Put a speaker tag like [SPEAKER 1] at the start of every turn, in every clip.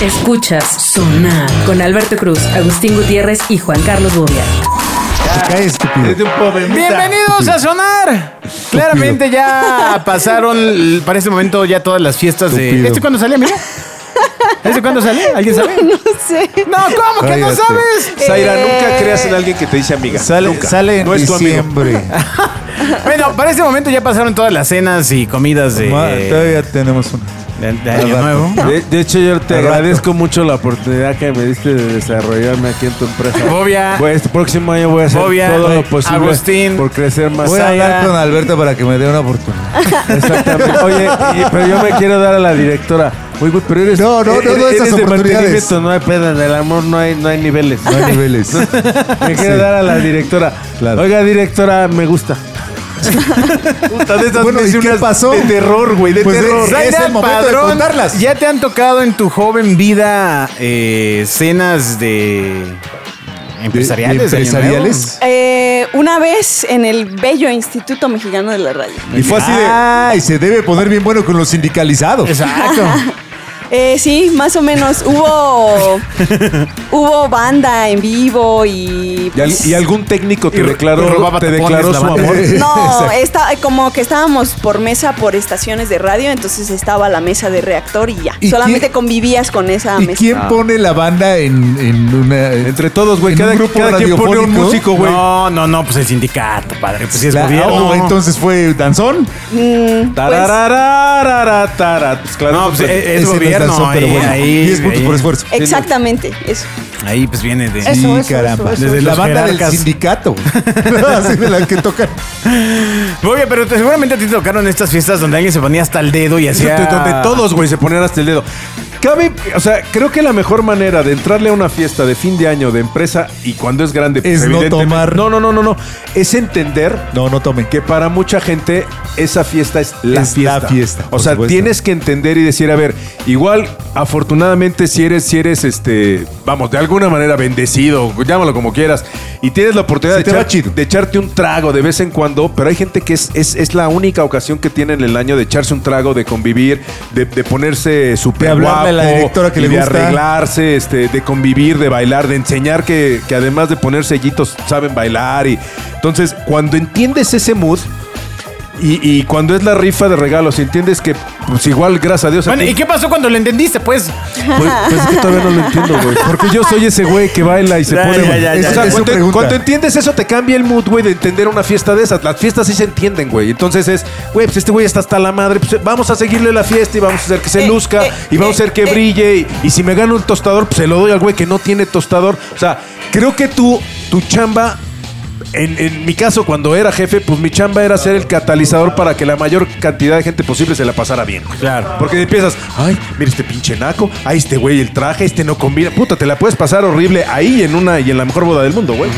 [SPEAKER 1] Escuchas Sonar con Alberto Cruz, Agustín Gutiérrez y Juan Carlos Bobia.
[SPEAKER 2] Cae estúpido.
[SPEAKER 3] Es un problemita.
[SPEAKER 4] Bienvenidos a Sonar. Claramente ya pasaron l- para este momento ya todas las fiestas de.
[SPEAKER 2] Estúpido.
[SPEAKER 4] ¿Este cuándo sale, amiga? ¿Este cuándo sale? ¿Alguien sabe?
[SPEAKER 5] No sé.
[SPEAKER 4] No, ¿cómo que no
[SPEAKER 2] Cállate.
[SPEAKER 4] sabes?
[SPEAKER 3] Zaira, nunca
[SPEAKER 5] Eh.
[SPEAKER 3] creas en alguien que te dice amiga.
[SPEAKER 2] Sale,
[SPEAKER 3] Nunca.
[SPEAKER 2] sale en
[SPEAKER 3] No es tu amigo.
[SPEAKER 2] diciembre.
[SPEAKER 4] Bueno, para este momento ya pasaron todas las cenas y comidas de,
[SPEAKER 2] Ma- Todavía tenemos una.
[SPEAKER 4] de- de Año
[SPEAKER 2] Al
[SPEAKER 4] Nuevo.
[SPEAKER 6] De, de hecho, yo te
[SPEAKER 2] Al rato.
[SPEAKER 6] agradezco mucho la oportunidad que me diste de desarrollarme aquí en tu empresa.
[SPEAKER 4] Bobia.
[SPEAKER 6] Voy- este próximo año voy a hacer
[SPEAKER 4] Bobia.
[SPEAKER 6] todo lo
[SPEAKER 4] Voy.
[SPEAKER 6] posible
[SPEAKER 4] Agustín.
[SPEAKER 6] por crecer más.
[SPEAKER 2] Voy a hablar
[SPEAKER 4] Zaira.
[SPEAKER 2] con Alberto para que me dé una oportunidad.
[SPEAKER 6] Exactamente. Oye, y- pero yo me quiero dar a la directora. Oye, güey, pero eres.
[SPEAKER 2] No, no, no, no,
[SPEAKER 6] eres- eres
[SPEAKER 2] esas
[SPEAKER 6] de
[SPEAKER 2] oportunidades.
[SPEAKER 6] mantenimiento, No hay peda. En el amor no hay, no hay niveles.
[SPEAKER 2] No hay niveles.
[SPEAKER 6] Me quiero
[SPEAKER 2] Sí.
[SPEAKER 6] dar a la directora.
[SPEAKER 2] Claro.
[SPEAKER 6] Oiga, directora, me gusta.
[SPEAKER 2] Bueno, ¿y qué pasó? De terror, güey, de
[SPEAKER 4] Pues, Zaira
[SPEAKER 2] Es el momento
[SPEAKER 4] Padrón,
[SPEAKER 2] de contarlas.
[SPEAKER 4] ¿Ya te han tocado en tu joven vida eh, cenas de empresariales?
[SPEAKER 2] de
[SPEAKER 4] Año Nuevo?
[SPEAKER 2] empresariales?
[SPEAKER 5] Eh, una vez en el bello Instituto Mexicano de la Radio.
[SPEAKER 2] Y fue así de,
[SPEAKER 4] Ah.
[SPEAKER 2] ay, se debe poner bien bueno con los sindicalizados.
[SPEAKER 4] Exacto.
[SPEAKER 5] Eh, sí, más o menos. Hubo hubo banda en vivo y.
[SPEAKER 6] Y, al-
[SPEAKER 5] pues,
[SPEAKER 6] y algún técnico te
[SPEAKER 4] Y- y
[SPEAKER 6] declaró,
[SPEAKER 4] robaba
[SPEAKER 6] te
[SPEAKER 4] tapones,
[SPEAKER 6] declaró
[SPEAKER 4] la
[SPEAKER 6] su
[SPEAKER 4] banda.
[SPEAKER 6] amor.
[SPEAKER 5] No, está, como que estábamos por mesa por estaciones de radio, entonces estaba la mesa de reactor y ya.
[SPEAKER 2] ¿Y
[SPEAKER 5] Solamente
[SPEAKER 2] quién-
[SPEAKER 5] convivías con esa
[SPEAKER 2] ¿Y
[SPEAKER 5] mesa.
[SPEAKER 2] quién
[SPEAKER 4] Ah.
[SPEAKER 2] pone la banda en, en una...
[SPEAKER 6] Entre todos, güey.
[SPEAKER 2] en
[SPEAKER 6] Cada,
[SPEAKER 2] un grupo
[SPEAKER 6] cada quien pone un
[SPEAKER 2] radiofónico?
[SPEAKER 6] músico, güey.
[SPEAKER 4] No, no, no, pues el sindicato, padre. Pues si es
[SPEAKER 2] La-
[SPEAKER 4] gobierno.
[SPEAKER 2] oh, entonces fue danzón.
[SPEAKER 5] Mm, pues,
[SPEAKER 6] Tararararara, tara. Pues claro,
[SPEAKER 4] No, pues es, es
[SPEAKER 2] Ese no
[SPEAKER 4] gobierno.
[SPEAKER 2] danzón, pero
[SPEAKER 4] ahí,
[SPEAKER 2] bueno.
[SPEAKER 4] ahí,
[SPEAKER 2] 10 puntos
[SPEAKER 4] ahí-
[SPEAKER 2] por esfuerzo.
[SPEAKER 5] exactamente, eso.
[SPEAKER 4] Ahí pues viene de.
[SPEAKER 5] Eso, eso, eso,
[SPEAKER 2] caramba.
[SPEAKER 5] eso,
[SPEAKER 4] Desde
[SPEAKER 2] la
[SPEAKER 4] los
[SPEAKER 2] banda
[SPEAKER 4] jerarcas.
[SPEAKER 2] del sindicato. Así de la que tocan.
[SPEAKER 4] Oye, pero te- seguramente a ti te tocaron estas fiestas donde alguien se ponía hasta el dedo y hacía.
[SPEAKER 6] Donde- Donde todos, güey, se ponían hasta el dedo. Cabe, o sea, creo que la mejor manera de entrarle a una fiesta de fin de año de empresa y cuando es grande, pues,
[SPEAKER 2] Es no
[SPEAKER 6] evidentemente-
[SPEAKER 2] tomar.
[SPEAKER 6] No, no, no, no, no. Es entender
[SPEAKER 2] No, no tomen.
[SPEAKER 6] que para mucha gente esa fiesta es la
[SPEAKER 2] Es la
[SPEAKER 6] fiesta.
[SPEAKER 2] fiesta,
[SPEAKER 6] O
[SPEAKER 2] por
[SPEAKER 6] sea,
[SPEAKER 2] supuesto.
[SPEAKER 6] tienes que entender y decir, a ver, igual afortunadamente si eres si eres este, vamos, de alguna manera bendecido, llámalo como quieras, y tienes la oportunidad
[SPEAKER 2] Se
[SPEAKER 6] de,
[SPEAKER 2] te va
[SPEAKER 6] echar-
[SPEAKER 2] chido.
[SPEAKER 6] de echarte un trago de vez en cuando, pero hay gente que es, es, es la única ocasión que tiene en el año de echarse un trago, de convivir, de, de ponerse súper guapo,
[SPEAKER 2] hablarle a la directora que
[SPEAKER 6] y
[SPEAKER 2] le
[SPEAKER 6] de
[SPEAKER 2] gusta.
[SPEAKER 6] arreglarse, este, de convivir, de bailar, de enseñar que, que además de poner sellitos saben bailar y entonces cuando entiendes ese mood y, y cuando es la rifa de regalos, y entiendes que, pues igual, gracias a Dios. a
[SPEAKER 4] Bueno,
[SPEAKER 6] ti-
[SPEAKER 4] ¿y qué pasó cuando lo entendiste? Pues.
[SPEAKER 6] Pues, pues es que todavía no lo entiendo, güey. Porque yo soy ese güey que baila y se
[SPEAKER 4] Ya,
[SPEAKER 6] pone.
[SPEAKER 4] ya,
[SPEAKER 6] güey.
[SPEAKER 4] ya, ya,
[SPEAKER 6] O sea,
[SPEAKER 2] ya. Eso
[SPEAKER 6] cuando,
[SPEAKER 2] pregunta.
[SPEAKER 6] cuando entiendes eso, te cambia el mood, güey, de entender una fiesta de esas. Las fiestas sí se entienden, güey. Entonces es, güey, pues este güey está hasta la madre. Pues vamos a seguirle la fiesta y vamos a hacer que se
[SPEAKER 5] Eh,
[SPEAKER 6] luzca
[SPEAKER 5] eh,
[SPEAKER 6] y vamos a
[SPEAKER 5] eh,
[SPEAKER 6] hacer que
[SPEAKER 5] eh.
[SPEAKER 6] brille. Y, y si me gano un tostador, pues se lo doy al güey que no tiene tostador. O sea, creo que tú, tu chamba. En, en mi caso, cuando era jefe, pues mi chamba era ser el catalizador para que la mayor cantidad de gente posible se la pasara bien.
[SPEAKER 4] Claro.
[SPEAKER 6] Porque empiezas, ay, mira este pinche naco, ay, este güey el traje, este no combina. Puta, te la puedes pasar horrible ahí en una y en la mejor boda del mundo, güey.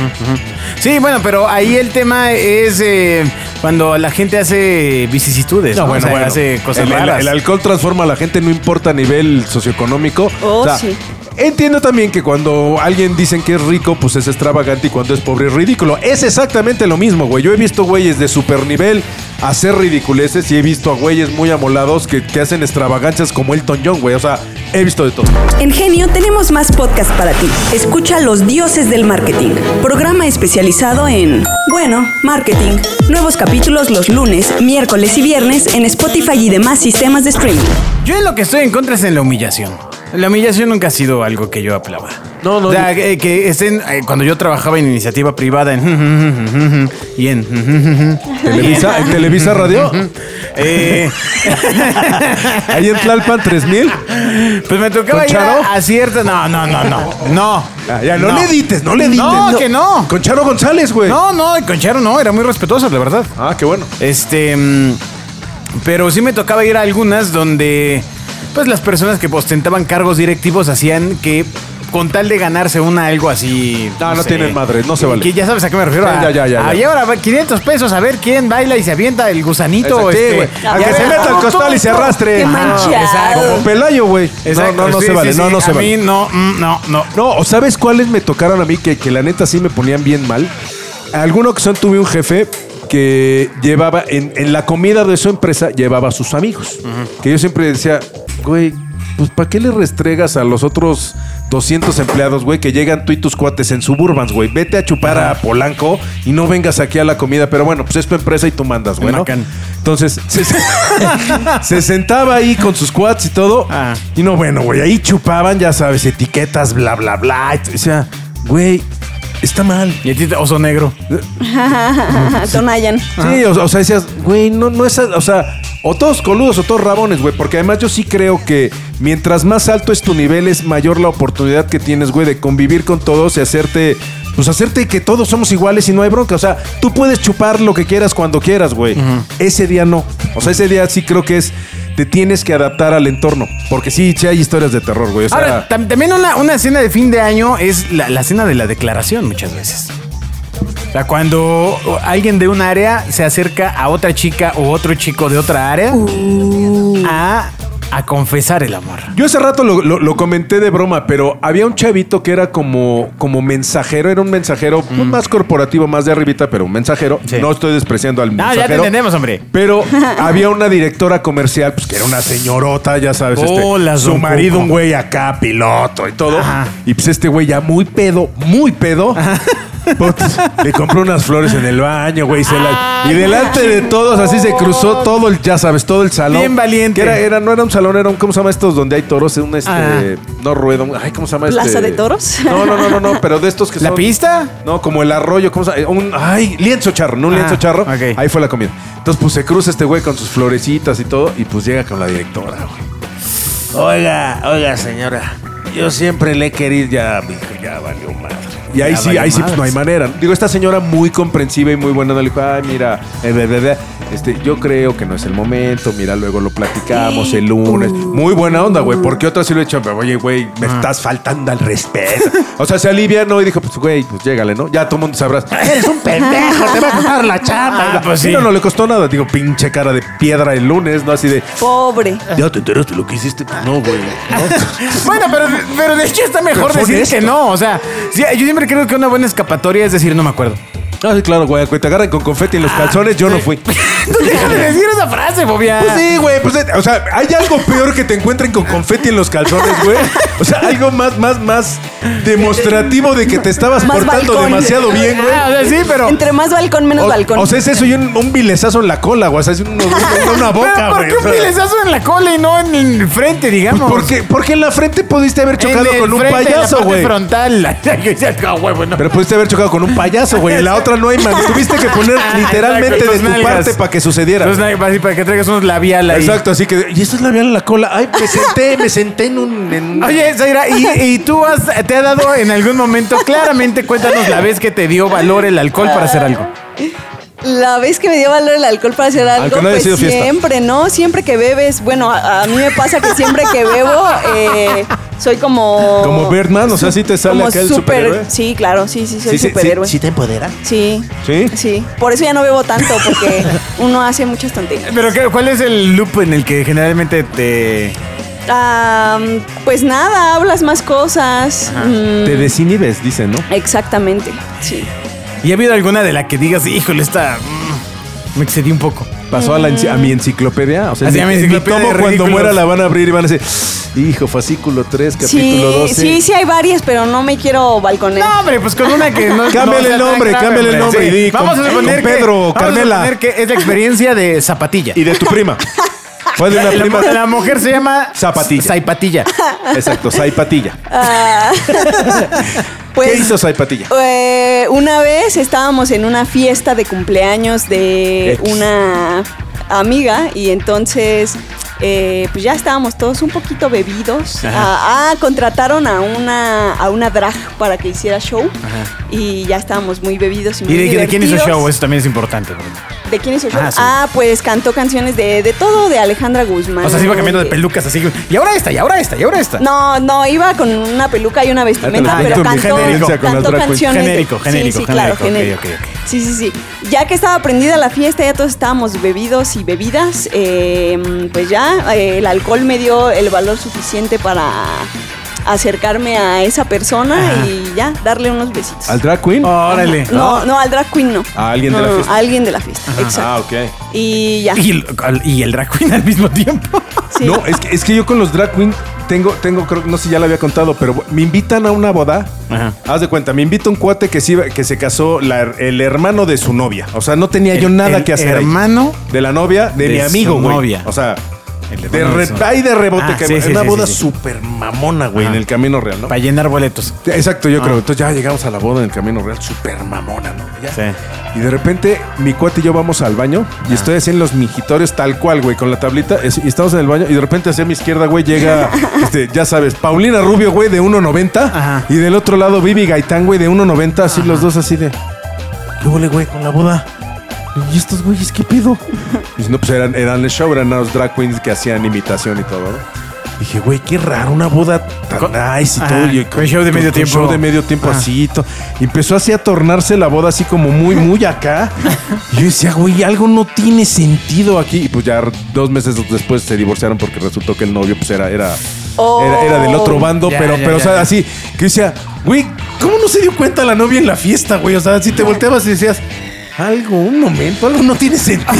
[SPEAKER 4] Sí, bueno, pero ahí el tema es eh, cuando la gente hace vicisitudes. No, O sea, hace cosas
[SPEAKER 6] el, el-
[SPEAKER 4] raras.
[SPEAKER 6] el alcohol transforma a la gente, no importa a nivel socioeconómico.
[SPEAKER 5] Oh, sí.
[SPEAKER 6] Entiendo también que cuando alguien dicen que es rico, pues es extravagante y cuando es pobre es ridículo. Es exactamente lo mismo, güey. Yo he visto güeyes de super nivel hacer ridiculeces y he visto a güeyes muy amolados que, que hacen extravagancias como Elton John, güey. O sea, he visto de todo.
[SPEAKER 7] En Genio tenemos más podcast para ti. Escucha Los Dioses del Marketing, programa especializado en, bueno, marketing. Nuevos capítulos los lunes, miércoles y viernes en Spotify y demás sistemas de streaming.
[SPEAKER 4] Yo en lo que estoy en contra es en la humillación. La humillación nunca ha sido algo que yo aplaba.
[SPEAKER 6] No, no,
[SPEAKER 4] O sea, que, que estén. eh, cuando yo trabajaba en iniciativa privada en. Y en.
[SPEAKER 6] Televisa, en Televisa Radio.
[SPEAKER 4] eh,
[SPEAKER 6] Ahí en Tlalpan 3000.
[SPEAKER 4] pues me tocaba
[SPEAKER 6] ¿Con
[SPEAKER 4] ir
[SPEAKER 6] Charo?
[SPEAKER 4] a, a cierta. No, no, no, no. No.
[SPEAKER 6] Ah, ya, no, le edites, no le edites.
[SPEAKER 4] No, que no.
[SPEAKER 6] Con Charo González, güey.
[SPEAKER 4] No, no, y con Charo no. Era muy respetuosa, la verdad.
[SPEAKER 6] Ah, qué bueno.
[SPEAKER 4] Este. mm, Pero sí me tocaba ir a algunas donde. Pues las personas que ostentaban cargos directivos hacían que. Con tal de ganarse una algo así.
[SPEAKER 6] No, no tienen madre, no se
[SPEAKER 4] que-
[SPEAKER 6] vale.
[SPEAKER 4] Que ya sabes a qué me refiero.
[SPEAKER 6] Sí,
[SPEAKER 4] a-
[SPEAKER 6] ya, ya, ya,
[SPEAKER 4] a-
[SPEAKER 6] ya.
[SPEAKER 4] y ahora va 500 pesos a ver quién baila y se avienta el gusanito.
[SPEAKER 6] Exacto, sí, güey.
[SPEAKER 4] este,
[SPEAKER 6] A
[SPEAKER 4] ya
[SPEAKER 6] que se
[SPEAKER 4] ves,
[SPEAKER 6] meta al
[SPEAKER 4] no,
[SPEAKER 6] costal y se arrastre.
[SPEAKER 5] Qué
[SPEAKER 6] Ah,
[SPEAKER 5] manchado.
[SPEAKER 6] Como Pelayo, güey. No,
[SPEAKER 4] Exacto,
[SPEAKER 6] no, no
[SPEAKER 4] sí,
[SPEAKER 6] se
[SPEAKER 4] sí,
[SPEAKER 6] vale.
[SPEAKER 4] sí,
[SPEAKER 6] no, no se
[SPEAKER 4] a
[SPEAKER 6] vale.
[SPEAKER 4] mí no, mm, no, no.
[SPEAKER 6] No, o sabes cuáles me tocaron a mí que, que la neta sí me ponían bien mal. Alguna ocasión tuve un jefe que llevaba, en, en la comida de su empresa, llevaba a sus amigos. Que yo siempre decía, güey, pues ¿para qué le restregas a los otros 200 empleados, güey, que llegan tú y tus cuates en suburbans, güey? Vete a chupar a Polanco y no vengas aquí a la comida. Pero bueno, pues es tu empresa y tú mandas, güey. ¿no?
[SPEAKER 4] Macán.
[SPEAKER 6] Entonces, se, se- se sentaba ahí con sus cuates y todo.
[SPEAKER 4] Ajá.
[SPEAKER 6] Y no, bueno, güey, ahí chupaban, ya sabes, etiquetas, bla, bla, bla. Y, o sea, güey, está mal.
[SPEAKER 4] Y a ti te- oso negro.
[SPEAKER 5] Tonayan.
[SPEAKER 6] Sí, o, o sea, decías, güey, no, no es. O sea, o todos coludos o todos rabones, güey. Porque además yo sí creo que mientras más alto es tu nivel, es mayor la oportunidad que tienes, güey, de convivir con todos y hacerte. Pues hacerte que todos somos iguales y no hay bronca. O sea, tú puedes chupar lo que quieras cuando quieras, güey. Ese día no. O sea, ese día sí creo que es. Te tienes que adaptar al entorno. Porque sí, sí hay historias de terror, güey. O sea,
[SPEAKER 4] Ahora, tam- también una, una cena de fin de año es la, la cena de la declaración muchas veces. O sea, cuando alguien de un área se acerca a otra chica o otro chico de otra área a, a confesar el amor.
[SPEAKER 6] Yo hace rato lo, lo- lo comenté de broma, pero había un chavito que era como, como mensajero, era un mensajero pues, más corporativo, más de arribita, pero un mensajero.
[SPEAKER 4] Mm. Sí.
[SPEAKER 6] No estoy despreciando al
[SPEAKER 4] No,
[SPEAKER 6] mensajero.
[SPEAKER 4] Ah, ya te entendemos, hombre.
[SPEAKER 6] Pero había una directora comercial, pues que era una señorota, ya sabes,
[SPEAKER 4] Hola,
[SPEAKER 6] este, su
[SPEAKER 4] Oh, don
[SPEAKER 6] marido,
[SPEAKER 4] Cuco.
[SPEAKER 6] un güey acá, piloto y todo.
[SPEAKER 4] Ajá.
[SPEAKER 6] Y pues este güey ya muy pedo, muy pedo. putz, le compró unas flores en el baño, güey. se la- y delante de todos, así se cruzó todo el, ya sabes, todo el salón.
[SPEAKER 4] Bien valiente.
[SPEAKER 6] Que era, era- no era un salón, era un, ¿cómo se llama estos donde hay toros? Un este,
[SPEAKER 4] Ajá.
[SPEAKER 6] no ruedo, un- ay, ¿cómo se llama este?
[SPEAKER 5] ¿Plaza de toros?
[SPEAKER 6] No, no, no, no, no, pero de estos que
[SPEAKER 4] ¿La
[SPEAKER 6] son-
[SPEAKER 4] pista?
[SPEAKER 6] no, como el arroyo, ¿cómo se llama? Un, ay, lienzo charro, no un
[SPEAKER 4] Ah,
[SPEAKER 6] lienzo charro.
[SPEAKER 4] ok.
[SPEAKER 6] Ahí fue la comida. Entonces, pues se cruza este güey con sus florecitas y todo, y pues llega con la directora, güey. Oiga, oiga, señora. Yo siempre le he querido, ya, mijo, ya valió madre. Y ahí
[SPEAKER 4] Ya
[SPEAKER 6] sí,
[SPEAKER 4] valió
[SPEAKER 6] ahí sí, pues
[SPEAKER 4] madre.
[SPEAKER 6] no hay manera. ¿no? Digo, esta señora muy comprensiva y muy buena, no le dijo, ay, mira, eh, bla, bla, bla, este, yo creo que no es el momento, mira, luego lo platicamos el lunes. Muy buena onda, güey, porque otra sí lo he hecho, pero, oye, güey, me estás faltando al respeto. O sea, se alivia, ¿no? Y dijo, pues, güey, pues llégale, ¿no? Ya todo el mundo sabrás. Eres un pendejo, te va a costar la chamba.
[SPEAKER 4] Ah, pues, sí.
[SPEAKER 6] No, no le costó nada. Digo, pinche cara de piedra el lunes, ¿no? Así de,
[SPEAKER 5] Pobre.
[SPEAKER 6] ya te enteraste lo que hiciste. Pues, no, güey.
[SPEAKER 4] Bueno, pero, pero de hecho está mejor
[SPEAKER 6] Pero fue
[SPEAKER 4] decir
[SPEAKER 6] honesto.
[SPEAKER 4] que no. O sea, sí, yo siempre creo que una buena escapatoria es decir, no me acuerdo.
[SPEAKER 6] Ah, sí, claro, güey, que te agarran con confeti
[SPEAKER 4] Ah,
[SPEAKER 6] en los calzones, yo no fui.
[SPEAKER 4] Tú deja de decir esa frase, bobia.
[SPEAKER 6] Pues sí, güey. Pues, eh, o sea, hay algo peor que te encuentren con confeti en los calzones, güey. O sea, algo más, más, más demostrativo de que te estabas
[SPEAKER 5] Más
[SPEAKER 6] portando
[SPEAKER 5] balcón.
[SPEAKER 6] demasiado bien, güey.
[SPEAKER 4] Ah, o sea, sí, pero.
[SPEAKER 5] Entre más balcón, menos
[SPEAKER 6] O,
[SPEAKER 5] balcón.
[SPEAKER 6] o sea, es eso y un, un vilezazo en la cola, güey. O sea, es un- una, una boca,
[SPEAKER 4] ¿Pero ¿Por
[SPEAKER 6] güey. Pues
[SPEAKER 4] qué un pilezazo en la cola y no en el frente, digamos?
[SPEAKER 6] porque, porque en la frente pudiste haber chocado
[SPEAKER 4] En el
[SPEAKER 6] con un
[SPEAKER 4] frente, en la
[SPEAKER 6] payaso,
[SPEAKER 4] parte
[SPEAKER 6] güey.
[SPEAKER 4] frontal. Ah, huevo, no.
[SPEAKER 6] Pero pudiste haber chocado con un payaso, güey. En la otra no hay man. Tuviste que poner literalmente
[SPEAKER 4] Exacto,
[SPEAKER 6] de
[SPEAKER 4] tus
[SPEAKER 6] tu
[SPEAKER 4] nalgas.
[SPEAKER 6] parte para que sucediera.
[SPEAKER 4] Entonces, nadie- para, para que traigas unos labial ahí.
[SPEAKER 6] Exacto, así que. Y esto es labial en la cola. Ay, me senté, me senté en un. en un-
[SPEAKER 4] Oye, Zaira, ¿y, y tú has- te ha dado en algún momento? Claramente, cuéntanos la vez que te dio valor el alcohol para hacer algo.
[SPEAKER 5] La vez que me dio valor el alcohol para hacer algo,
[SPEAKER 6] Aunque no haya
[SPEAKER 5] pues
[SPEAKER 6] sido fiesta.
[SPEAKER 5] siempre, ¿no? Siempre que bebes, bueno, a, a mí me pasa que siempre que bebo, eh, soy como...
[SPEAKER 6] Como Birdman, o sea, sí te sale
[SPEAKER 5] como
[SPEAKER 6] acá el superhéroe.
[SPEAKER 5] Sí, claro, sí, sí, soy
[SPEAKER 6] Sí, sí,
[SPEAKER 5] superhéroe.
[SPEAKER 6] sí, sí te empodera.
[SPEAKER 5] Sí.
[SPEAKER 6] ¿Sí?
[SPEAKER 5] Sí. Por eso ya no bebo tanto, porque uno hace muchas tonterías.
[SPEAKER 4] Pero, ¿qué- ¿cuál es el loop en el que generalmente te.
[SPEAKER 5] Ah, pues nada, hablas más cosas. Mm,
[SPEAKER 6] Te desinhibes, dicen, ¿no?
[SPEAKER 5] exactamente, sí.
[SPEAKER 4] ¿Y ha habido alguna de la que digas, híjole, esta. mm, me excedí un poco?
[SPEAKER 6] Pasó a, la enci- a mi enciclopedia. O sea,
[SPEAKER 4] Así,
[SPEAKER 6] mi-
[SPEAKER 4] a mi enciclopedia
[SPEAKER 6] mi tomo
[SPEAKER 4] de
[SPEAKER 6] cuando
[SPEAKER 4] ridículos.
[SPEAKER 6] muera la van a abrir y van a decir, hijo, fascículo 3, capítulo
[SPEAKER 5] Sí,
[SPEAKER 6] 12.
[SPEAKER 5] sí, sí hay varias, pero no me quiero balconear.
[SPEAKER 4] No, hombre, pues con una que no
[SPEAKER 6] Cámbiale
[SPEAKER 4] no sea
[SPEAKER 6] el
[SPEAKER 4] tan
[SPEAKER 6] nombre,
[SPEAKER 4] grave,
[SPEAKER 6] cámbiale el
[SPEAKER 4] hombre.
[SPEAKER 6] nombre y di,
[SPEAKER 4] Vamos
[SPEAKER 6] con-
[SPEAKER 4] a suponer
[SPEAKER 6] con Pedro,
[SPEAKER 4] que,
[SPEAKER 6] Carmela.
[SPEAKER 4] Vamos a suponer que es la experiencia de zapatilla.
[SPEAKER 6] Y de tu prima. Fue de una
[SPEAKER 4] La,
[SPEAKER 6] prima.
[SPEAKER 4] mu- la mujer se llama
[SPEAKER 6] Zapatilla.
[SPEAKER 4] Zaipatilla.
[SPEAKER 6] Exacto, Saipatilla.
[SPEAKER 5] Ah, Pues,
[SPEAKER 6] ¿Qué hizo Saipatilla?
[SPEAKER 5] Eh, una vez estábamos en una fiesta de cumpleaños de
[SPEAKER 6] Ex.
[SPEAKER 5] una amiga y entonces eh, pues ya estábamos todos un poquito bebidos. Ah, ah, contrataron a una a una drag para que hiciera show y ya estábamos muy bebidos y muy
[SPEAKER 4] ¿Y de, de quién hizo
[SPEAKER 5] divertidos.
[SPEAKER 4] show? Eso también es importante. bro.
[SPEAKER 5] ¿De quién hizo show?
[SPEAKER 4] Ah,
[SPEAKER 5] Ah,
[SPEAKER 4] sí.
[SPEAKER 5] pues cantó canciones de, de todo de Alejandra Guzmán.
[SPEAKER 4] O sea, se iba cambiando de pelucas así. Y ahora esta, y ahora esta, y ahora esta.
[SPEAKER 5] No, no, iba con una peluca y una vestimenta,
[SPEAKER 6] Ah,
[SPEAKER 5] pero
[SPEAKER 6] con
[SPEAKER 5] cantó,
[SPEAKER 6] genérico, con las drag
[SPEAKER 5] cantó
[SPEAKER 6] queens.
[SPEAKER 5] canciones. de-
[SPEAKER 4] Genérico, genérico,
[SPEAKER 5] sí, sí, claro,
[SPEAKER 4] genérico,
[SPEAKER 5] genérico.
[SPEAKER 4] ok, ok,
[SPEAKER 5] Sí, sí, sí. Ya que estaba prendida la fiesta, ya todos estábamos bebidos y bebidas, eh, pues ya eh, el alcohol me dio el valor suficiente para acercarme a esa persona
[SPEAKER 4] Ajá.
[SPEAKER 5] y ya darle unos besitos.
[SPEAKER 6] Ah. ¿Al drag queen?
[SPEAKER 4] Órale.
[SPEAKER 5] no, no, al drag queen no.
[SPEAKER 6] A alguien de
[SPEAKER 5] No,
[SPEAKER 6] la
[SPEAKER 5] no,
[SPEAKER 6] fiesta.
[SPEAKER 5] A alguien de la fiesta, exacto.
[SPEAKER 6] Ah, ok.
[SPEAKER 5] Y ya.
[SPEAKER 4] Y el, y el drag queen al mismo tiempo.
[SPEAKER 5] sí.
[SPEAKER 6] No, es que, es que yo con los drag queen Tengo, tengo, creo, no sé si ya lo había contado, pero me invitan a una boda.
[SPEAKER 4] Ajá.
[SPEAKER 6] Haz de cuenta, me invita un cuate que se, iba- que se casó la her- el hermano de su novia. O sea, no tenía yo
[SPEAKER 4] El-
[SPEAKER 6] nada
[SPEAKER 4] el
[SPEAKER 6] que hacer. ahí.
[SPEAKER 4] hermano
[SPEAKER 6] de la novia de,
[SPEAKER 4] de
[SPEAKER 6] mi amigo,
[SPEAKER 4] su
[SPEAKER 6] güey.
[SPEAKER 4] novia.
[SPEAKER 6] O sea,
[SPEAKER 4] El
[SPEAKER 6] de
[SPEAKER 4] hermano de
[SPEAKER 6] re-
[SPEAKER 4] su-
[SPEAKER 6] ahí de rebote
[SPEAKER 4] Ah,
[SPEAKER 6] que
[SPEAKER 4] sí, sí,
[SPEAKER 6] es una
[SPEAKER 4] sí,
[SPEAKER 6] boda
[SPEAKER 4] sí, sí.
[SPEAKER 6] súper mamona, güey,
[SPEAKER 4] Ajá.
[SPEAKER 6] en el camino real, ¿no?
[SPEAKER 4] Para llenar boletos.
[SPEAKER 6] Exacto, yo
[SPEAKER 4] Ah.
[SPEAKER 6] creo. Entonces ya llegamos a la boda en el camino real, súper mamona, ¿no? Ya.
[SPEAKER 4] Sí.
[SPEAKER 6] Y de repente mi cuate y yo vamos al baño y estoy así en los mijitorios tal cual, güey, con la tablita. es- y estamos en el baño y de repente hacia mi izquierda, güey, llega, este, ya sabes, Paulina Rubio, güey, de 1.90.
[SPEAKER 4] Ajá.
[SPEAKER 6] Y del otro lado, Vivi Gaitán, güey, de 1.90. Así los dos así de... ¿Qué huele, güey, con la boda? ¿Y estos güeyes qué pedo? Y no, pues eran, eran el show, eran los drag queens que hacían imitación y todo, ¿no? Dije, güey, qué raro, una boda tan
[SPEAKER 4] Con-
[SPEAKER 6] nice y
[SPEAKER 4] Ajá,
[SPEAKER 6] todo. y
[SPEAKER 4] con show de medio tiempo. Ah.
[SPEAKER 6] show de medio tiempo
[SPEAKER 4] Ajá.
[SPEAKER 6] así. y to- y empezó así a tornarse la boda así como muy, muy acá. Y yo decía, güey, algo no tiene sentido aquí. Y pues ya dos meses después se divorciaron porque resultó que el novio pues era, era,
[SPEAKER 5] Oh.
[SPEAKER 6] era, era del otro bando.
[SPEAKER 4] Ya,
[SPEAKER 6] pero,
[SPEAKER 4] ya,
[SPEAKER 6] pero o
[SPEAKER 4] ya,
[SPEAKER 6] sea,
[SPEAKER 4] ya.
[SPEAKER 6] así, que decía, güey, ¿cómo no se dio cuenta la novia en la fiesta, güey? O sea, si te volteabas y decías... Algo, un momento, algo no tiene sentido.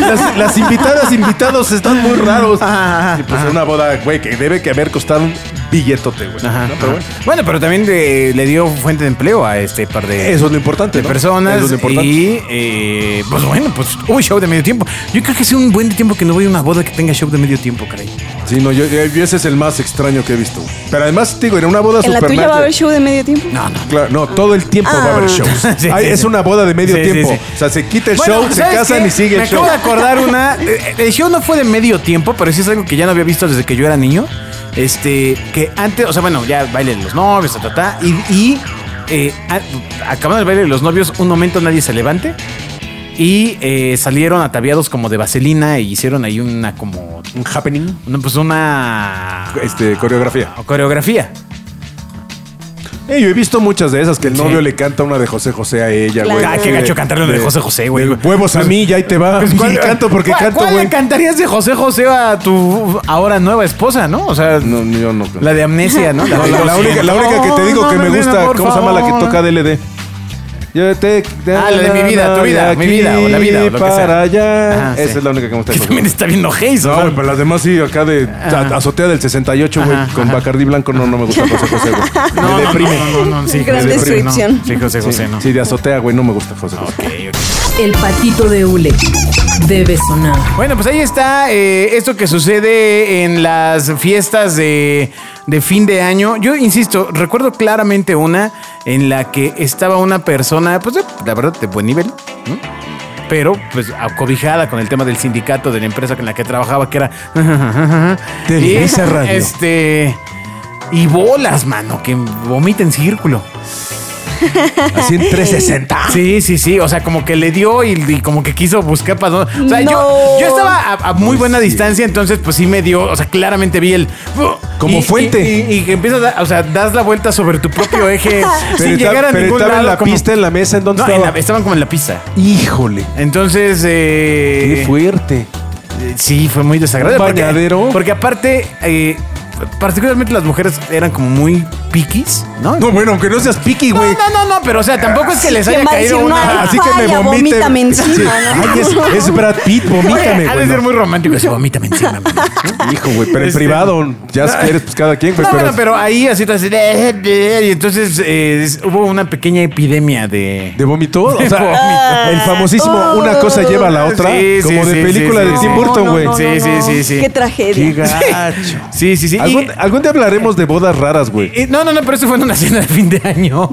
[SPEAKER 6] las, las invitadas, invitados están muy raros.
[SPEAKER 4] Ajá, ajá,
[SPEAKER 6] y pues una boda, güey, que debe que haber costado un billetote, güey.
[SPEAKER 4] Ajá,
[SPEAKER 6] ¿no?
[SPEAKER 4] ajá.
[SPEAKER 6] Pero bueno.
[SPEAKER 4] Bueno, Ah, pero también eh, le dio fuente de empleo a este par de,
[SPEAKER 6] Eso es lo importante.
[SPEAKER 4] de
[SPEAKER 6] ¿no?
[SPEAKER 4] personas.
[SPEAKER 6] Eso es lo importante.
[SPEAKER 4] Y eh, pues bueno, pues un show de medio tiempo. Yo creo que es un buen tiempo que no voy a una boda que tenga show de medio tiempo, caray.
[SPEAKER 6] Sí, no, yo, yo- ese es el más extraño que he visto. Pero además, te digo, era una boda
[SPEAKER 5] ¿En la
[SPEAKER 6] super
[SPEAKER 5] tuya
[SPEAKER 6] nice.
[SPEAKER 5] va a haber show de medio tiempo?
[SPEAKER 4] No, no.
[SPEAKER 6] Claro, no, todo el tiempo va a haber
[SPEAKER 5] Ah.
[SPEAKER 6] shows.
[SPEAKER 4] Sí,
[SPEAKER 6] Ay,
[SPEAKER 4] sí,
[SPEAKER 6] es
[SPEAKER 4] sí.
[SPEAKER 6] una boda de medio
[SPEAKER 4] Sí, sí,
[SPEAKER 6] tiempo.
[SPEAKER 4] sí.
[SPEAKER 6] O sea, se quita el
[SPEAKER 4] Bueno,
[SPEAKER 6] show, se
[SPEAKER 4] ¿sabes
[SPEAKER 6] casan
[SPEAKER 4] qué?
[SPEAKER 6] y sigue
[SPEAKER 4] Me
[SPEAKER 6] el show.
[SPEAKER 4] acabo de acordar una. eh, El show no fue de medio tiempo, pero sí es algo que ya no había visto desde que yo era niño. Este, que antes, o sea, bueno, ya bailen los novios, ta, ta, ta, y, y eh, a- acabando el baile de los novios, un momento nadie se levante. Y eh, salieron ataviados como de vaselina e hicieron ahí una como.
[SPEAKER 6] Un happening.
[SPEAKER 4] una, pues una.
[SPEAKER 6] Este, coreografía.
[SPEAKER 4] Coreografía.
[SPEAKER 6] Eh, yo he visto muchas de esas que el
[SPEAKER 4] Sí.
[SPEAKER 6] novio le canta una de José José a ella,
[SPEAKER 5] Claro.
[SPEAKER 6] güey.
[SPEAKER 5] Ah,
[SPEAKER 4] qué gacho cantarle una de José José, güey.
[SPEAKER 6] Pues, eh, de Huevos a mí, ya ahí te va.
[SPEAKER 4] Pues,
[SPEAKER 6] Sí, canto porque
[SPEAKER 4] ¿cuál-
[SPEAKER 6] canto,
[SPEAKER 4] cuál
[SPEAKER 6] güey.
[SPEAKER 4] le cantarías de José José a tu ahora nueva esposa, no? O sea,
[SPEAKER 6] No, yo no.
[SPEAKER 4] la de amnesia, ¿no?
[SPEAKER 6] No, la, la única, la única que te digo que me gusta, ¿cómo se llama la que toca DLD? Yo te,
[SPEAKER 4] Ah, la de mi vida, tu vida, mi vida, o la vida, o lo que sea.
[SPEAKER 6] para allá.
[SPEAKER 4] Ajá,
[SPEAKER 6] Esa
[SPEAKER 4] sí.
[SPEAKER 6] es la única que me gusta.
[SPEAKER 4] Que también está viendo Hayes,
[SPEAKER 6] No, güey, pero las demás sí, acá de a- azotea del 68, güey,
[SPEAKER 4] Ajá,
[SPEAKER 6] con
[SPEAKER 4] ajá.
[SPEAKER 6] Bacardi blanco, no, no me gusta José José, güey. Me deprime.
[SPEAKER 4] No, no, no, sí,
[SPEAKER 5] Gran
[SPEAKER 4] me deprime, no.
[SPEAKER 5] descripción.
[SPEAKER 4] Sí, José José,
[SPEAKER 6] sí,
[SPEAKER 4] no.
[SPEAKER 6] sí, de azotea, güey, no me gusta José José.
[SPEAKER 1] El patito de Ule debe sonar.
[SPEAKER 4] Bueno, pues ahí está eh, esto que sucede en las fiestas de, de fin de año. Yo insisto, recuerdo claramente una en la que estaba una persona, pues de- la verdad, de buen nivel, ¿no? pero pues acobijada con el tema del sindicato de la empresa con la que trabajaba, que era...
[SPEAKER 6] Televisa
[SPEAKER 4] Y,
[SPEAKER 6] Radio.
[SPEAKER 4] Este... Y bolas, mano, que vomiten círculo.
[SPEAKER 6] Así en 360.
[SPEAKER 4] Sí, sí, sí. O sea, como que le dio y, y como que quiso buscar para dónde. O sea, yo,
[SPEAKER 5] No.
[SPEAKER 4] yo estaba a, a muy
[SPEAKER 6] Pues
[SPEAKER 4] buena
[SPEAKER 6] sí.
[SPEAKER 4] distancia, entonces pues sí me dio. O sea, claramente vi el.
[SPEAKER 6] Como
[SPEAKER 4] y-
[SPEAKER 6] fuente.
[SPEAKER 4] Y, y- y que empiezas, a, o sea, das la vuelta sobre tu propio eje
[SPEAKER 6] Pero,
[SPEAKER 4] sin
[SPEAKER 6] está-
[SPEAKER 4] llegar a
[SPEAKER 6] pero
[SPEAKER 4] ningún
[SPEAKER 6] estaba
[SPEAKER 4] lado.
[SPEAKER 6] en la
[SPEAKER 4] como-
[SPEAKER 6] pista, en la mesa, ¿en dónde
[SPEAKER 4] No, en
[SPEAKER 6] estaba?
[SPEAKER 4] la- estaban como en la pista.
[SPEAKER 6] Híjole,
[SPEAKER 4] Entonces, eh,
[SPEAKER 6] qué fuerte.
[SPEAKER 4] eh, Sí, fue muy desagradable.
[SPEAKER 6] ¿Un
[SPEAKER 4] porque-
[SPEAKER 6] bañadero?
[SPEAKER 4] Porque, aparte, eh, particularmente las mujeres eran como muy piquis, ¿no?
[SPEAKER 6] No, bueno, aunque no seas piqui,
[SPEAKER 4] no,
[SPEAKER 6] güey.
[SPEAKER 4] no, no, no, pero o sea, tampoco es que les haya
[SPEAKER 5] ¿Quién va a decir
[SPEAKER 4] caído
[SPEAKER 5] no?
[SPEAKER 4] una.
[SPEAKER 5] Ay,
[SPEAKER 6] Así que me
[SPEAKER 5] vaya,
[SPEAKER 6] vomiten.
[SPEAKER 5] vomítame encima,
[SPEAKER 6] Sí.
[SPEAKER 5] ¿no?
[SPEAKER 6] Ay, es, es Brad Pitt, vomítame,
[SPEAKER 4] Ha
[SPEAKER 6] güey.
[SPEAKER 4] de
[SPEAKER 6] no.
[SPEAKER 4] ser muy romántico ese vomítame encima. mami.
[SPEAKER 6] Hijo, güey, pero en
[SPEAKER 4] Este-
[SPEAKER 6] privado, ya si quieres, pues cada quien, güey.
[SPEAKER 4] No,
[SPEAKER 6] pero-
[SPEAKER 4] bueno, pero ahí así todo así, de- eh, de- y entonces eh, es- hubo una pequeña epidemia de...
[SPEAKER 6] ¿De vómito? O
[SPEAKER 4] De
[SPEAKER 6] sea,
[SPEAKER 4] vómito.
[SPEAKER 6] el famosísimo una cosa lleva a la otra,
[SPEAKER 4] Ah, Sí, sí,
[SPEAKER 6] como de
[SPEAKER 4] sí,
[SPEAKER 6] película
[SPEAKER 4] sí,
[SPEAKER 6] de
[SPEAKER 4] sí,
[SPEAKER 6] Tim
[SPEAKER 4] sí.
[SPEAKER 6] Burton,
[SPEAKER 5] Oh. No,
[SPEAKER 6] güey.
[SPEAKER 5] no, no,
[SPEAKER 4] Sí,
[SPEAKER 5] no,
[SPEAKER 4] sí,
[SPEAKER 5] no.
[SPEAKER 4] sí, sí.
[SPEAKER 5] Qué tragedia.
[SPEAKER 6] gacho.
[SPEAKER 4] Sí, sí, sí. y-
[SPEAKER 6] Algún, algún día hablaremos de bodas raras, güey.
[SPEAKER 4] y- no, no, no, pero eso fue en una cena de fin de año.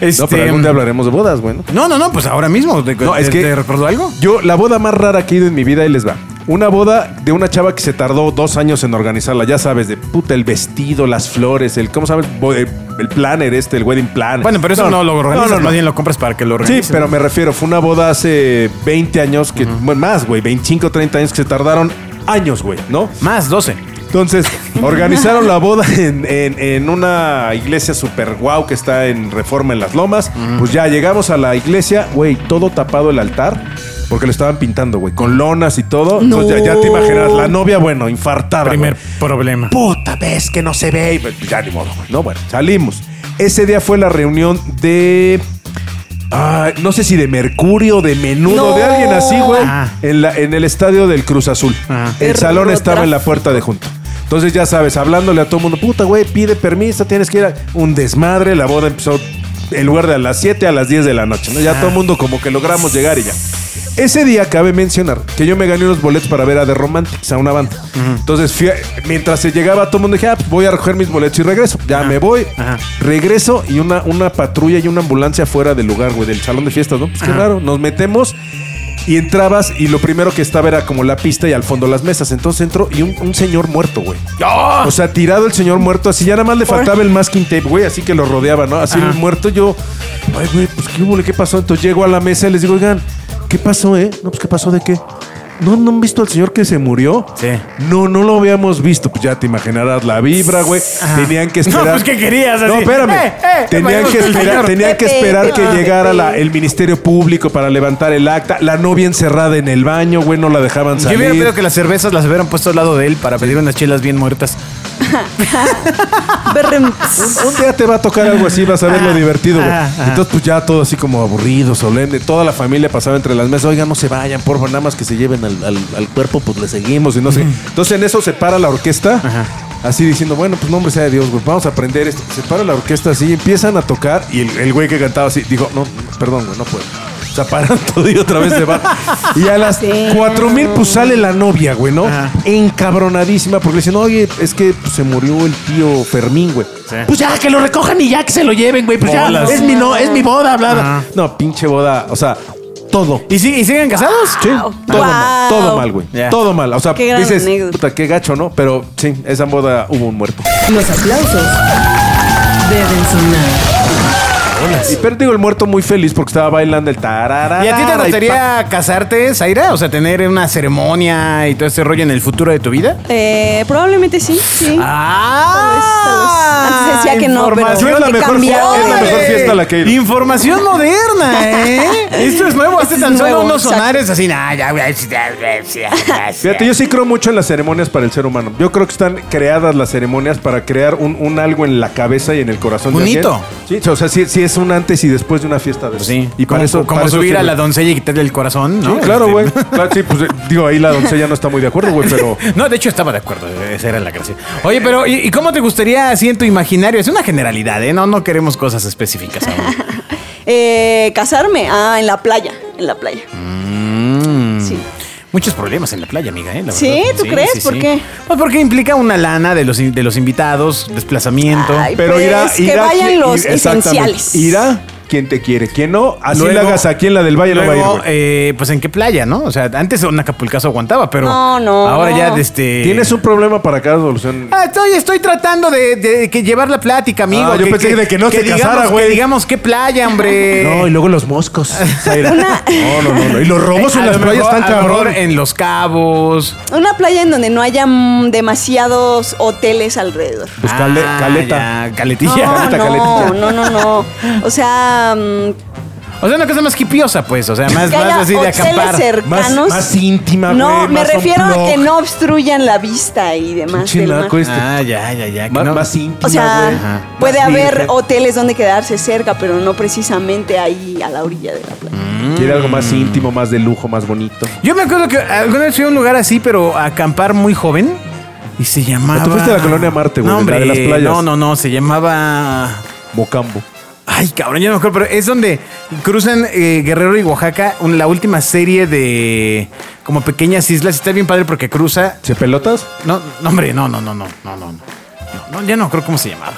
[SPEAKER 4] Este,
[SPEAKER 6] No, pero algún día hablaremos de bodas, güey. ¿no?
[SPEAKER 4] No, no, no, pues ahora mismo. ¿Te,
[SPEAKER 6] No,
[SPEAKER 4] te-
[SPEAKER 6] es que-
[SPEAKER 4] ¿te recordó algo?
[SPEAKER 6] Yo, la boda más rara que he ido en mi vida, ahí les va. Una boda de una chava que se tardó dos años en organizarla, ya sabes, de puta, el vestido, las flores, el, ¿cómo sabes? Bo- eh, El planner este, el wedding planner.
[SPEAKER 4] Bueno, pero eso no, lo organizas,
[SPEAKER 6] No, no, no.
[SPEAKER 4] más bien lo compras para que lo
[SPEAKER 6] Sí,
[SPEAKER 4] organices.
[SPEAKER 6] pero me refiero, fue una boda hace 20 años, que, bueno, más, güey, 25, 30 años que se tardaron años, güey, ¿no?
[SPEAKER 4] Más 12.
[SPEAKER 6] Entonces, organizaron la boda en, en- en una iglesia super guau que está en Reforma en las Lomas. Pues ya llegamos a la iglesia, güey, todo tapado el altar. Porque lo estaban pintando, güey, con lonas y todo. Entonces ya, ya te imaginas, la novia, bueno, infartada.
[SPEAKER 4] Primer
[SPEAKER 6] güey.
[SPEAKER 4] problema.
[SPEAKER 6] Puta vez que no se ve. Y pues, ya ni modo, güey. No, bueno, salimos. Ese día fue la reunión de. ah, no sé si de Mercurio, de Menudo,
[SPEAKER 5] No.
[SPEAKER 6] de alguien así, güey.
[SPEAKER 4] Ah.
[SPEAKER 6] En, la- en el estadio del Cruz Azul.
[SPEAKER 4] Ajá.
[SPEAKER 6] El salón
[SPEAKER 5] Error,
[SPEAKER 6] estaba en la
[SPEAKER 5] tráfico.
[SPEAKER 6] puerta de junto. Entonces ya sabes, hablándole a todo mundo, puta güey, pide permiso, tienes que ir a un desmadre, la boda empezó en lugar de a las 7 a las 10 de la noche, ¿no? Ya
[SPEAKER 4] Ah.
[SPEAKER 6] todo el mundo como que logramos llegar y ya. Ese día cabe mencionar que yo me gané unos boletos para ver a The Romantics, a una banda. Entonces, fui a- mientras se llegaba, todo el mundo dije, ah, pues voy a recoger mis boletos y regreso. Ya me voy,
[SPEAKER 4] Ajá.
[SPEAKER 6] regreso y una, una patrulla y una ambulancia fuera del lugar, güey, del salón de fiestas, ¿no? Pues qué raro, nos metemos y entrabas y lo primero que estaba era como la pista y al fondo las mesas. Entonces entró y un, un señor muerto, güey.
[SPEAKER 4] ¡Oh!
[SPEAKER 6] O sea, tirado el señor muerto así. Ya nada más le faltaba el masking tape, güey. Así que lo rodeaba, ¿no? Así el muerto yo... Ay, güey, pues qué hubo, ¿qué pasó? Entonces llego a la mesa y les digo, oigan, ¿qué pasó, eh? No, pues qué pasó, ¿de qué? ¿No, ¿No han visto al señor que se murió?
[SPEAKER 4] Sí.
[SPEAKER 6] No, no lo habíamos visto. Pues ya te imaginarás la vibra, güey. Tenían que esperar.
[SPEAKER 4] No, pues, ¿qué querías? Así.
[SPEAKER 6] No, espérame.
[SPEAKER 4] Eh, eh,
[SPEAKER 6] tenían,
[SPEAKER 4] vayamos
[SPEAKER 6] que
[SPEAKER 4] con el
[SPEAKER 6] esperar,
[SPEAKER 4] señor. Ah,
[SPEAKER 6] tenían que
[SPEAKER 5] Pepe,
[SPEAKER 6] esperar que
[SPEAKER 5] Pepe.
[SPEAKER 6] llegara la- el Ministerio Público para levantar el acta. La novia encerrada en el baño, güey, no la dejaban
[SPEAKER 4] Yo
[SPEAKER 6] salir.
[SPEAKER 4] hubiera pedido que las cervezas las hubieran puesto al lado de él para pedir unas chelas bien muertas.
[SPEAKER 5] Berrem.
[SPEAKER 6] un, un día te va a tocar algo así, vas a ver lo divertido, güey.
[SPEAKER 4] ah, ah.
[SPEAKER 6] Entonces, pues ya todo así como aburrido, solemne. Toda la familia pasaba entre las mesas. Oigan, no se vayan, por favor, nada más que se lleven al, al- al cuerpo, pues le seguimos y no sé. qué. Entonces, en eso se para la orquesta. Así diciendo, bueno, pues nombre sea de Dios, güey, vamos a aprender esto. Se para la orquesta así, empiezan a tocar y el, el güey que cantaba así dijo, no, perdón, güey, no puedo. O sea, paran todo y otra vez se va. Y a las cuatro mil, pues sale la novia, güey, ¿no?
[SPEAKER 4] Ajá.
[SPEAKER 6] Encabronadísima, porque le dicen, oye, es que pues, se murió el tío Fermín, güey.
[SPEAKER 4] Sí.
[SPEAKER 6] Pues ya, que lo recojan y ya que se lo lleven, güey. Pues
[SPEAKER 4] Bolas.
[SPEAKER 6] ya, es mi, no, es mi boda, bla, bla.
[SPEAKER 4] Ajá.
[SPEAKER 6] No, pinche boda, o sea, todo.
[SPEAKER 4] ¿Y, si- y siguen casados?
[SPEAKER 6] Sí, todo mal,
[SPEAKER 5] Wow.
[SPEAKER 6] todo mal, güey.
[SPEAKER 4] Ya.
[SPEAKER 6] Todo mal. O sea,
[SPEAKER 5] Qué gran
[SPEAKER 6] dices,
[SPEAKER 5] anécdota.
[SPEAKER 6] puta, qué gacho, ¿no? Pero sí, esa boda hubo un muerto.
[SPEAKER 1] Los aplausos deben sonar.
[SPEAKER 6] Y pero digo, el muerto muy feliz porque estaba bailando el tarara.
[SPEAKER 4] ¿Y a ti te gustaría casarte, Zaira? O sea, tener una ceremonia y todo ese rollo en el futuro de tu vida.
[SPEAKER 5] Eh, probablemente sí, sí.
[SPEAKER 4] Ah,
[SPEAKER 6] Ah.
[SPEAKER 5] Tal vez, tal vez. Antes decía que no, pero
[SPEAKER 4] información
[SPEAKER 5] creo
[SPEAKER 6] es la
[SPEAKER 5] que
[SPEAKER 6] mejor
[SPEAKER 5] cambió.
[SPEAKER 6] fiesta, es la mejor fiesta a la que he ido.
[SPEAKER 4] Información moderna, ¿eh? Esto es nuevo, hace tan solo
[SPEAKER 5] nuevo,
[SPEAKER 4] unos
[SPEAKER 5] exacto.
[SPEAKER 4] sonares así, nah, ya, güey, sí, ya, güey, sí, ya, ya, sí,
[SPEAKER 6] Fíjate, yo sí creo mucho en las ceremonias para el ser humano. Yo creo que están creadas las ceremonias para crear un, un algo en la cabeza y en el corazón.
[SPEAKER 4] Bonito.
[SPEAKER 6] De alguien. sí, o sea, sí, sí es un antes y después de una fiesta de
[SPEAKER 4] Pues Sí,
[SPEAKER 6] Y para
[SPEAKER 4] como,
[SPEAKER 6] eso,
[SPEAKER 4] como
[SPEAKER 6] para eso
[SPEAKER 4] subir a
[SPEAKER 6] sirve.
[SPEAKER 4] la doncella y quitarle el corazón,
[SPEAKER 6] Sí,
[SPEAKER 4] ¿no?
[SPEAKER 6] claro,
[SPEAKER 4] Este,
[SPEAKER 6] güey. Claro, sí, pues eh, digo, ahí la doncella no está muy de acuerdo, güey, pero.
[SPEAKER 4] No, de hecho estaba de acuerdo, esa era la gracia. Oye, pero ¿y, y cómo te gustaría así en tu imaginario? Es una generalidad, ¿eh? No, no queremos cosas específicas aún.
[SPEAKER 5] Eh, casarme, ah, en la playa, en la playa.
[SPEAKER 6] Mm.
[SPEAKER 5] Sí.
[SPEAKER 4] Mm. Muchos problemas en la playa, amiga, ¿eh? La
[SPEAKER 5] ¿Sí?
[SPEAKER 4] verdad.
[SPEAKER 5] ¿Tú crees? ¿Por qué?
[SPEAKER 4] Pues porque implica una lana de los, in- de los invitados, desplazamiento.
[SPEAKER 5] Ay,
[SPEAKER 6] Pero
[SPEAKER 5] Pues,
[SPEAKER 6] irá,
[SPEAKER 5] que
[SPEAKER 6] irá
[SPEAKER 5] vayan
[SPEAKER 6] quien-
[SPEAKER 5] los
[SPEAKER 6] ir- exactamente.
[SPEAKER 5] esenciales.
[SPEAKER 6] Irá quien te quiere. Quien no, así
[SPEAKER 4] Luego-
[SPEAKER 6] la hagas aquí en la del Valle, no va a ir,
[SPEAKER 4] Luego,
[SPEAKER 6] güey.
[SPEAKER 4] eh, pues en qué playa, ¿no? O sea, antes un acapulcazo aguantaba, pero
[SPEAKER 5] No, no,
[SPEAKER 4] ahora
[SPEAKER 5] no.
[SPEAKER 4] ya este
[SPEAKER 6] Tienes un problema para cada solución.
[SPEAKER 4] Ah, estoy, estoy tratando de, de que llevar la plática, amigo.
[SPEAKER 6] Ah, yo pensé de que no se
[SPEAKER 4] digamos-
[SPEAKER 6] casara, güey.
[SPEAKER 4] Que digamos qué playa, hombre.
[SPEAKER 6] No, y luego los moscos. Zaira. No, no, no, no. Y los robos
[SPEAKER 4] A
[SPEAKER 6] en
[SPEAKER 4] lo
[SPEAKER 6] las playas
[SPEAKER 4] mejor-
[SPEAKER 6] están
[SPEAKER 4] a lo mejor
[SPEAKER 6] cabrón.
[SPEAKER 4] En los cabos.
[SPEAKER 5] Una playa en donde no haya mm, demasiados hoteles alrededor.
[SPEAKER 6] Pues cale-
[SPEAKER 4] Ah,
[SPEAKER 6] caleta.
[SPEAKER 4] ya,
[SPEAKER 5] No,
[SPEAKER 4] caletilla.
[SPEAKER 6] Caleta,
[SPEAKER 5] no,
[SPEAKER 6] caletilla.
[SPEAKER 5] no, no, no. O sea, mm,
[SPEAKER 4] O sea, una cosa más hipiosa, pues. O sea, más,
[SPEAKER 5] que haya
[SPEAKER 4] más así de
[SPEAKER 5] hoteles
[SPEAKER 4] acampar.
[SPEAKER 5] cercanos.
[SPEAKER 6] Más- más íntima,
[SPEAKER 5] No,
[SPEAKER 6] güey,
[SPEAKER 5] me
[SPEAKER 6] más
[SPEAKER 5] refiero
[SPEAKER 6] unplug.
[SPEAKER 5] a que no obstruyan la vista y demás.
[SPEAKER 6] Pinche
[SPEAKER 5] del mar.
[SPEAKER 6] naco este.
[SPEAKER 4] Ah, ya, ya, ya. que
[SPEAKER 6] Más,
[SPEAKER 4] no-
[SPEAKER 6] más íntima,
[SPEAKER 5] O sea,
[SPEAKER 6] güey.
[SPEAKER 4] Ajá.
[SPEAKER 5] puede
[SPEAKER 6] Más
[SPEAKER 5] haber
[SPEAKER 6] virgen.
[SPEAKER 5] hoteles donde quedarse cerca, pero no precisamente ahí a la orilla de la playa.
[SPEAKER 6] Quiere
[SPEAKER 4] Mm.
[SPEAKER 6] algo más íntimo, más de lujo, más bonito.
[SPEAKER 4] Yo me acuerdo que alguna vez fui a un lugar así, pero a acampar muy joven. Y se llamaba.
[SPEAKER 6] Tú fuiste a la colonia Marte, güey,
[SPEAKER 4] No,
[SPEAKER 6] la
[SPEAKER 4] hombre,
[SPEAKER 6] de las playas.
[SPEAKER 4] No, no, no. Se llamaba.
[SPEAKER 6] Mocambo.
[SPEAKER 4] Ay, cabrón, ya no me acuerdo, pero es donde cruzan eh, Guerrero y Oaxaca un- la última serie de como pequeñas islas. Está bien padre porque cruza.
[SPEAKER 6] ¿Se pelotas?
[SPEAKER 4] No, no, hombre, no, no, no, no, no, no. No, no, ya no creo cómo se llamaba.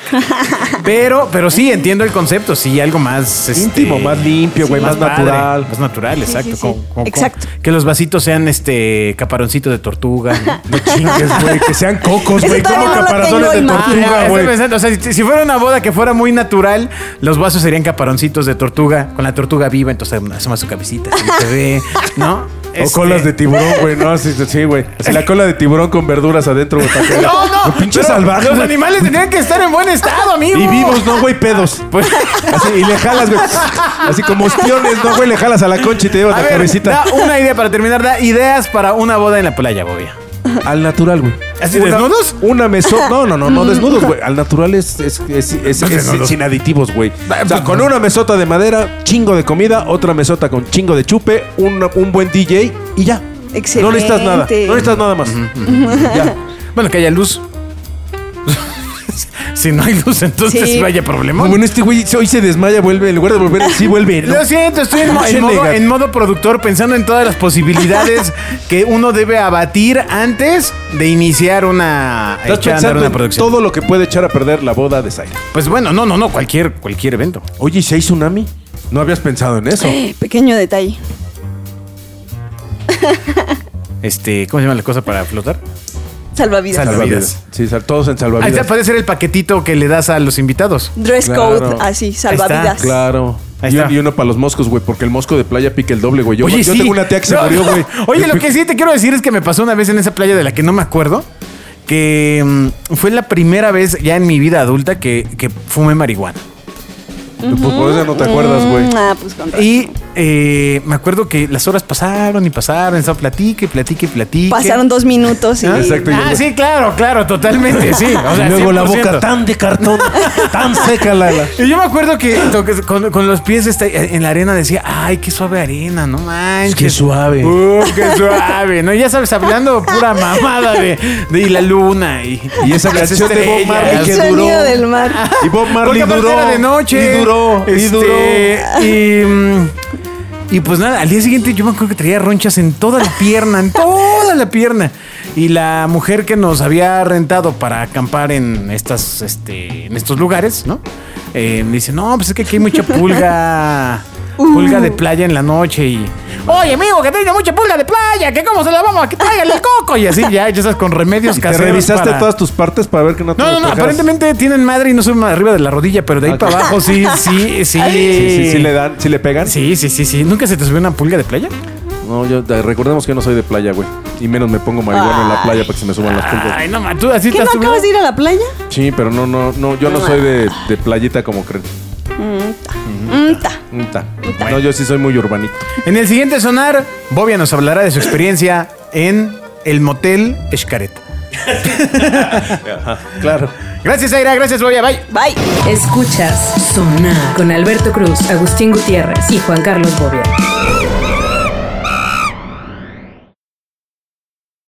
[SPEAKER 4] Pero, pero sí, entiendo el concepto, sí, algo más este,
[SPEAKER 6] Íntimo, más limpio, güey, más
[SPEAKER 4] padre,
[SPEAKER 6] natural.
[SPEAKER 4] Más natural, exacto.
[SPEAKER 5] sí, sí.
[SPEAKER 4] como- como-
[SPEAKER 5] Exacto.
[SPEAKER 4] que los vasitos sean este caparoncito de tortuga. ¿no?
[SPEAKER 6] No chingues, güey. Que sean cocos,
[SPEAKER 5] Ese
[SPEAKER 6] güey. Como
[SPEAKER 5] todavía no lo
[SPEAKER 6] caparazones
[SPEAKER 5] tengo
[SPEAKER 6] de
[SPEAKER 5] en
[SPEAKER 4] Ah, ya,
[SPEAKER 6] tortuga,
[SPEAKER 4] estoy
[SPEAKER 6] güey.
[SPEAKER 4] pensando, o sea, si, si fuera una boda que fuera muy natural, los vasos serían caparoncitos de tortuga, con la tortuga viva, entonces asoma su cabecita, así se ve, ¿no?
[SPEAKER 6] O colas de tiburón, güey. No, sí, sí, sí, güey. Así la cola de tiburón con verduras adentro, güey. para que-
[SPEAKER 4] No, no.
[SPEAKER 6] Un pinche
[SPEAKER 4] pero
[SPEAKER 6] salvaje.
[SPEAKER 4] Los animales tendrían que estar en buen estado, amigo.
[SPEAKER 6] Y vivos, no, güey, pedos.
[SPEAKER 4] Pues-
[SPEAKER 6] Así, y le jalas, güey. Así como ostiones, no, güey, le jalas a la concha y te llevas
[SPEAKER 4] A
[SPEAKER 6] la
[SPEAKER 4] ver,
[SPEAKER 6] cabecita.
[SPEAKER 4] da una idea para terminar, da ideas para una boda en la playa, Bobia.
[SPEAKER 6] Al natural, güey.
[SPEAKER 4] ¿Así
[SPEAKER 6] Una-
[SPEAKER 4] desnudos?
[SPEAKER 6] Una mesota. No, no, no, no desnudos, güey. Al natural es, es, es- es- es
[SPEAKER 4] desnudos.
[SPEAKER 6] sin aditivos, güey. O sea, con una mesota de madera, chingo de comida, otra mesota con chingo de chupe, un, un buen DJ y ya. No necesitas nada.
[SPEAKER 5] Excelente.
[SPEAKER 6] No necesitas nada más. Ya.
[SPEAKER 4] Bueno, que haya luz. si no hay luz, entonces
[SPEAKER 5] Sí.
[SPEAKER 4] vaya problema.
[SPEAKER 6] No, bueno, este güey hoy se desmaya, vuelve, en lugar de volver, sí vuelve. No.
[SPEAKER 4] Lo siento, estoy en, mo- en
[SPEAKER 6] Se
[SPEAKER 4] modo,
[SPEAKER 6] nega.
[SPEAKER 4] en modo productor pensando en todas las posibilidades que uno debe abatir antes de iniciar una, echar a andar
[SPEAKER 6] Estás pensando
[SPEAKER 4] una
[SPEAKER 6] en
[SPEAKER 4] producción.
[SPEAKER 6] todo lo que puede echar a perder la boda de Zaira.
[SPEAKER 4] Pues bueno, no, no, no, cualquier, cualquier evento.
[SPEAKER 6] Oye, ¿y si hay tsunami? No habías pensado en
[SPEAKER 4] Eh.
[SPEAKER 6] eso.
[SPEAKER 5] Eh, Pequeño detalle.
[SPEAKER 4] Este, ¿cómo se llama la cosa para flotar?
[SPEAKER 5] Salvavidas.
[SPEAKER 4] Salvavidas.
[SPEAKER 6] Sí, sal- todos en
[SPEAKER 4] Ahí está, pues.
[SPEAKER 6] salvavidas.
[SPEAKER 4] puede ser el paquetito que le das a los invitados.
[SPEAKER 5] Dress
[SPEAKER 6] Claro.
[SPEAKER 5] code, así, salvavidas.
[SPEAKER 6] Claro.
[SPEAKER 4] Ahí
[SPEAKER 6] y,
[SPEAKER 4] está.
[SPEAKER 6] y uno para los moscos, güey, porque el mosco de playa pica el doble, güey. Yo, yo
[SPEAKER 4] sí.
[SPEAKER 6] tengo una tía que se
[SPEAKER 4] No,
[SPEAKER 6] murió,
[SPEAKER 4] no.
[SPEAKER 6] güey.
[SPEAKER 4] Oye, lo que sí te quiero decir es que me pasó una vez en esa playa de la que no me acuerdo, que mm, fue la primera vez ya en mi vida adulta que, que fumé marihuana.
[SPEAKER 6] Pues por eso no te acuerdas, güey.
[SPEAKER 5] Mm, ah, pues con razón.
[SPEAKER 4] Y eh, me acuerdo que las horas pasaron y pasaron, estaba platique, platique, platique.
[SPEAKER 5] Pasaron dos minutos y.
[SPEAKER 4] ¿Ah?
[SPEAKER 6] Exacto, y
[SPEAKER 4] Ah,
[SPEAKER 6] luego-
[SPEAKER 4] sí, claro, claro, totalmente, sí. O sea,
[SPEAKER 6] y luego la
[SPEAKER 4] 100%.
[SPEAKER 6] boca tan de cartón, tan seca, Lala.
[SPEAKER 4] Y yo me acuerdo que toque- con, con los pies este- en la arena decía, ay, qué suave arena, no manches.
[SPEAKER 6] Qué suave.
[SPEAKER 4] Uh, qué suave, ¿no? Ya sabes, hablando pura mamada de, de y la luna y,
[SPEAKER 6] Y esa
[SPEAKER 4] las
[SPEAKER 6] canción de Bob Marley
[SPEAKER 4] estrellas.
[SPEAKER 5] El
[SPEAKER 6] que
[SPEAKER 5] sonido
[SPEAKER 6] duró.
[SPEAKER 5] del mar.
[SPEAKER 6] Y Bob
[SPEAKER 4] Porque
[SPEAKER 6] Marley
[SPEAKER 4] aparte
[SPEAKER 6] duró.
[SPEAKER 4] era de noche.
[SPEAKER 6] Y duró.
[SPEAKER 4] Este,
[SPEAKER 6] Y duró.
[SPEAKER 4] Y, mm, y pues nada, al día siguiente yo me acuerdo que traía ronchas en toda la pierna, en toda la pierna. Y la mujer que nos había rentado para acampar en, estas, este, en estos lugares, ¿no? Eh, me dice, no, pues es que aquí hay mucha pulga. Pulga de playa en la noche y. Oye, amigo, que tengo mucha pulga de playa, que cómo se la vamos a quitar el coco. Y así, ya, ya sabes, con remedios
[SPEAKER 6] ¿Y ¿Te
[SPEAKER 4] caseros.
[SPEAKER 6] revisaste
[SPEAKER 4] para-
[SPEAKER 6] todas tus partes para ver que no te
[SPEAKER 4] no, no, no,
[SPEAKER 6] tocaras?
[SPEAKER 4] aparentemente tienen madre y no suben arriba de la rodilla, pero de ahí
[SPEAKER 6] Ah,
[SPEAKER 4] para
[SPEAKER 6] claro.
[SPEAKER 4] abajo sí, sí, sí.
[SPEAKER 6] Sí, sí, sí le dan, sí le pegan.
[SPEAKER 4] Sí, sí, sí, sí. ¿Nunca se te subió una pulga de playa?
[SPEAKER 6] No, yo da- recordemos que yo no soy de playa, güey. Y menos me pongo marihuana en la playa para que se me suban las pulgas.
[SPEAKER 4] Ay, no, ma, tú así
[SPEAKER 5] ¿Qué
[SPEAKER 4] te has
[SPEAKER 5] no
[SPEAKER 4] subido.
[SPEAKER 5] acabas de ir a la playa?
[SPEAKER 6] Sí, pero no, no, no, yo no soy de, de playita como creen.
[SPEAKER 5] Mm, ta.
[SPEAKER 6] Nta. No, yo sí soy muy urbanito.
[SPEAKER 4] En el siguiente sonar, Bobia nos hablará de su experiencia en el motel Escaret.
[SPEAKER 6] Claro.
[SPEAKER 4] Gracias, Aira. Gracias, Bobia. Bye.
[SPEAKER 5] Bye.
[SPEAKER 1] Escuchas Sonar con Alberto Cruz, Agustín Gutiérrez y Juan Carlos Bobia.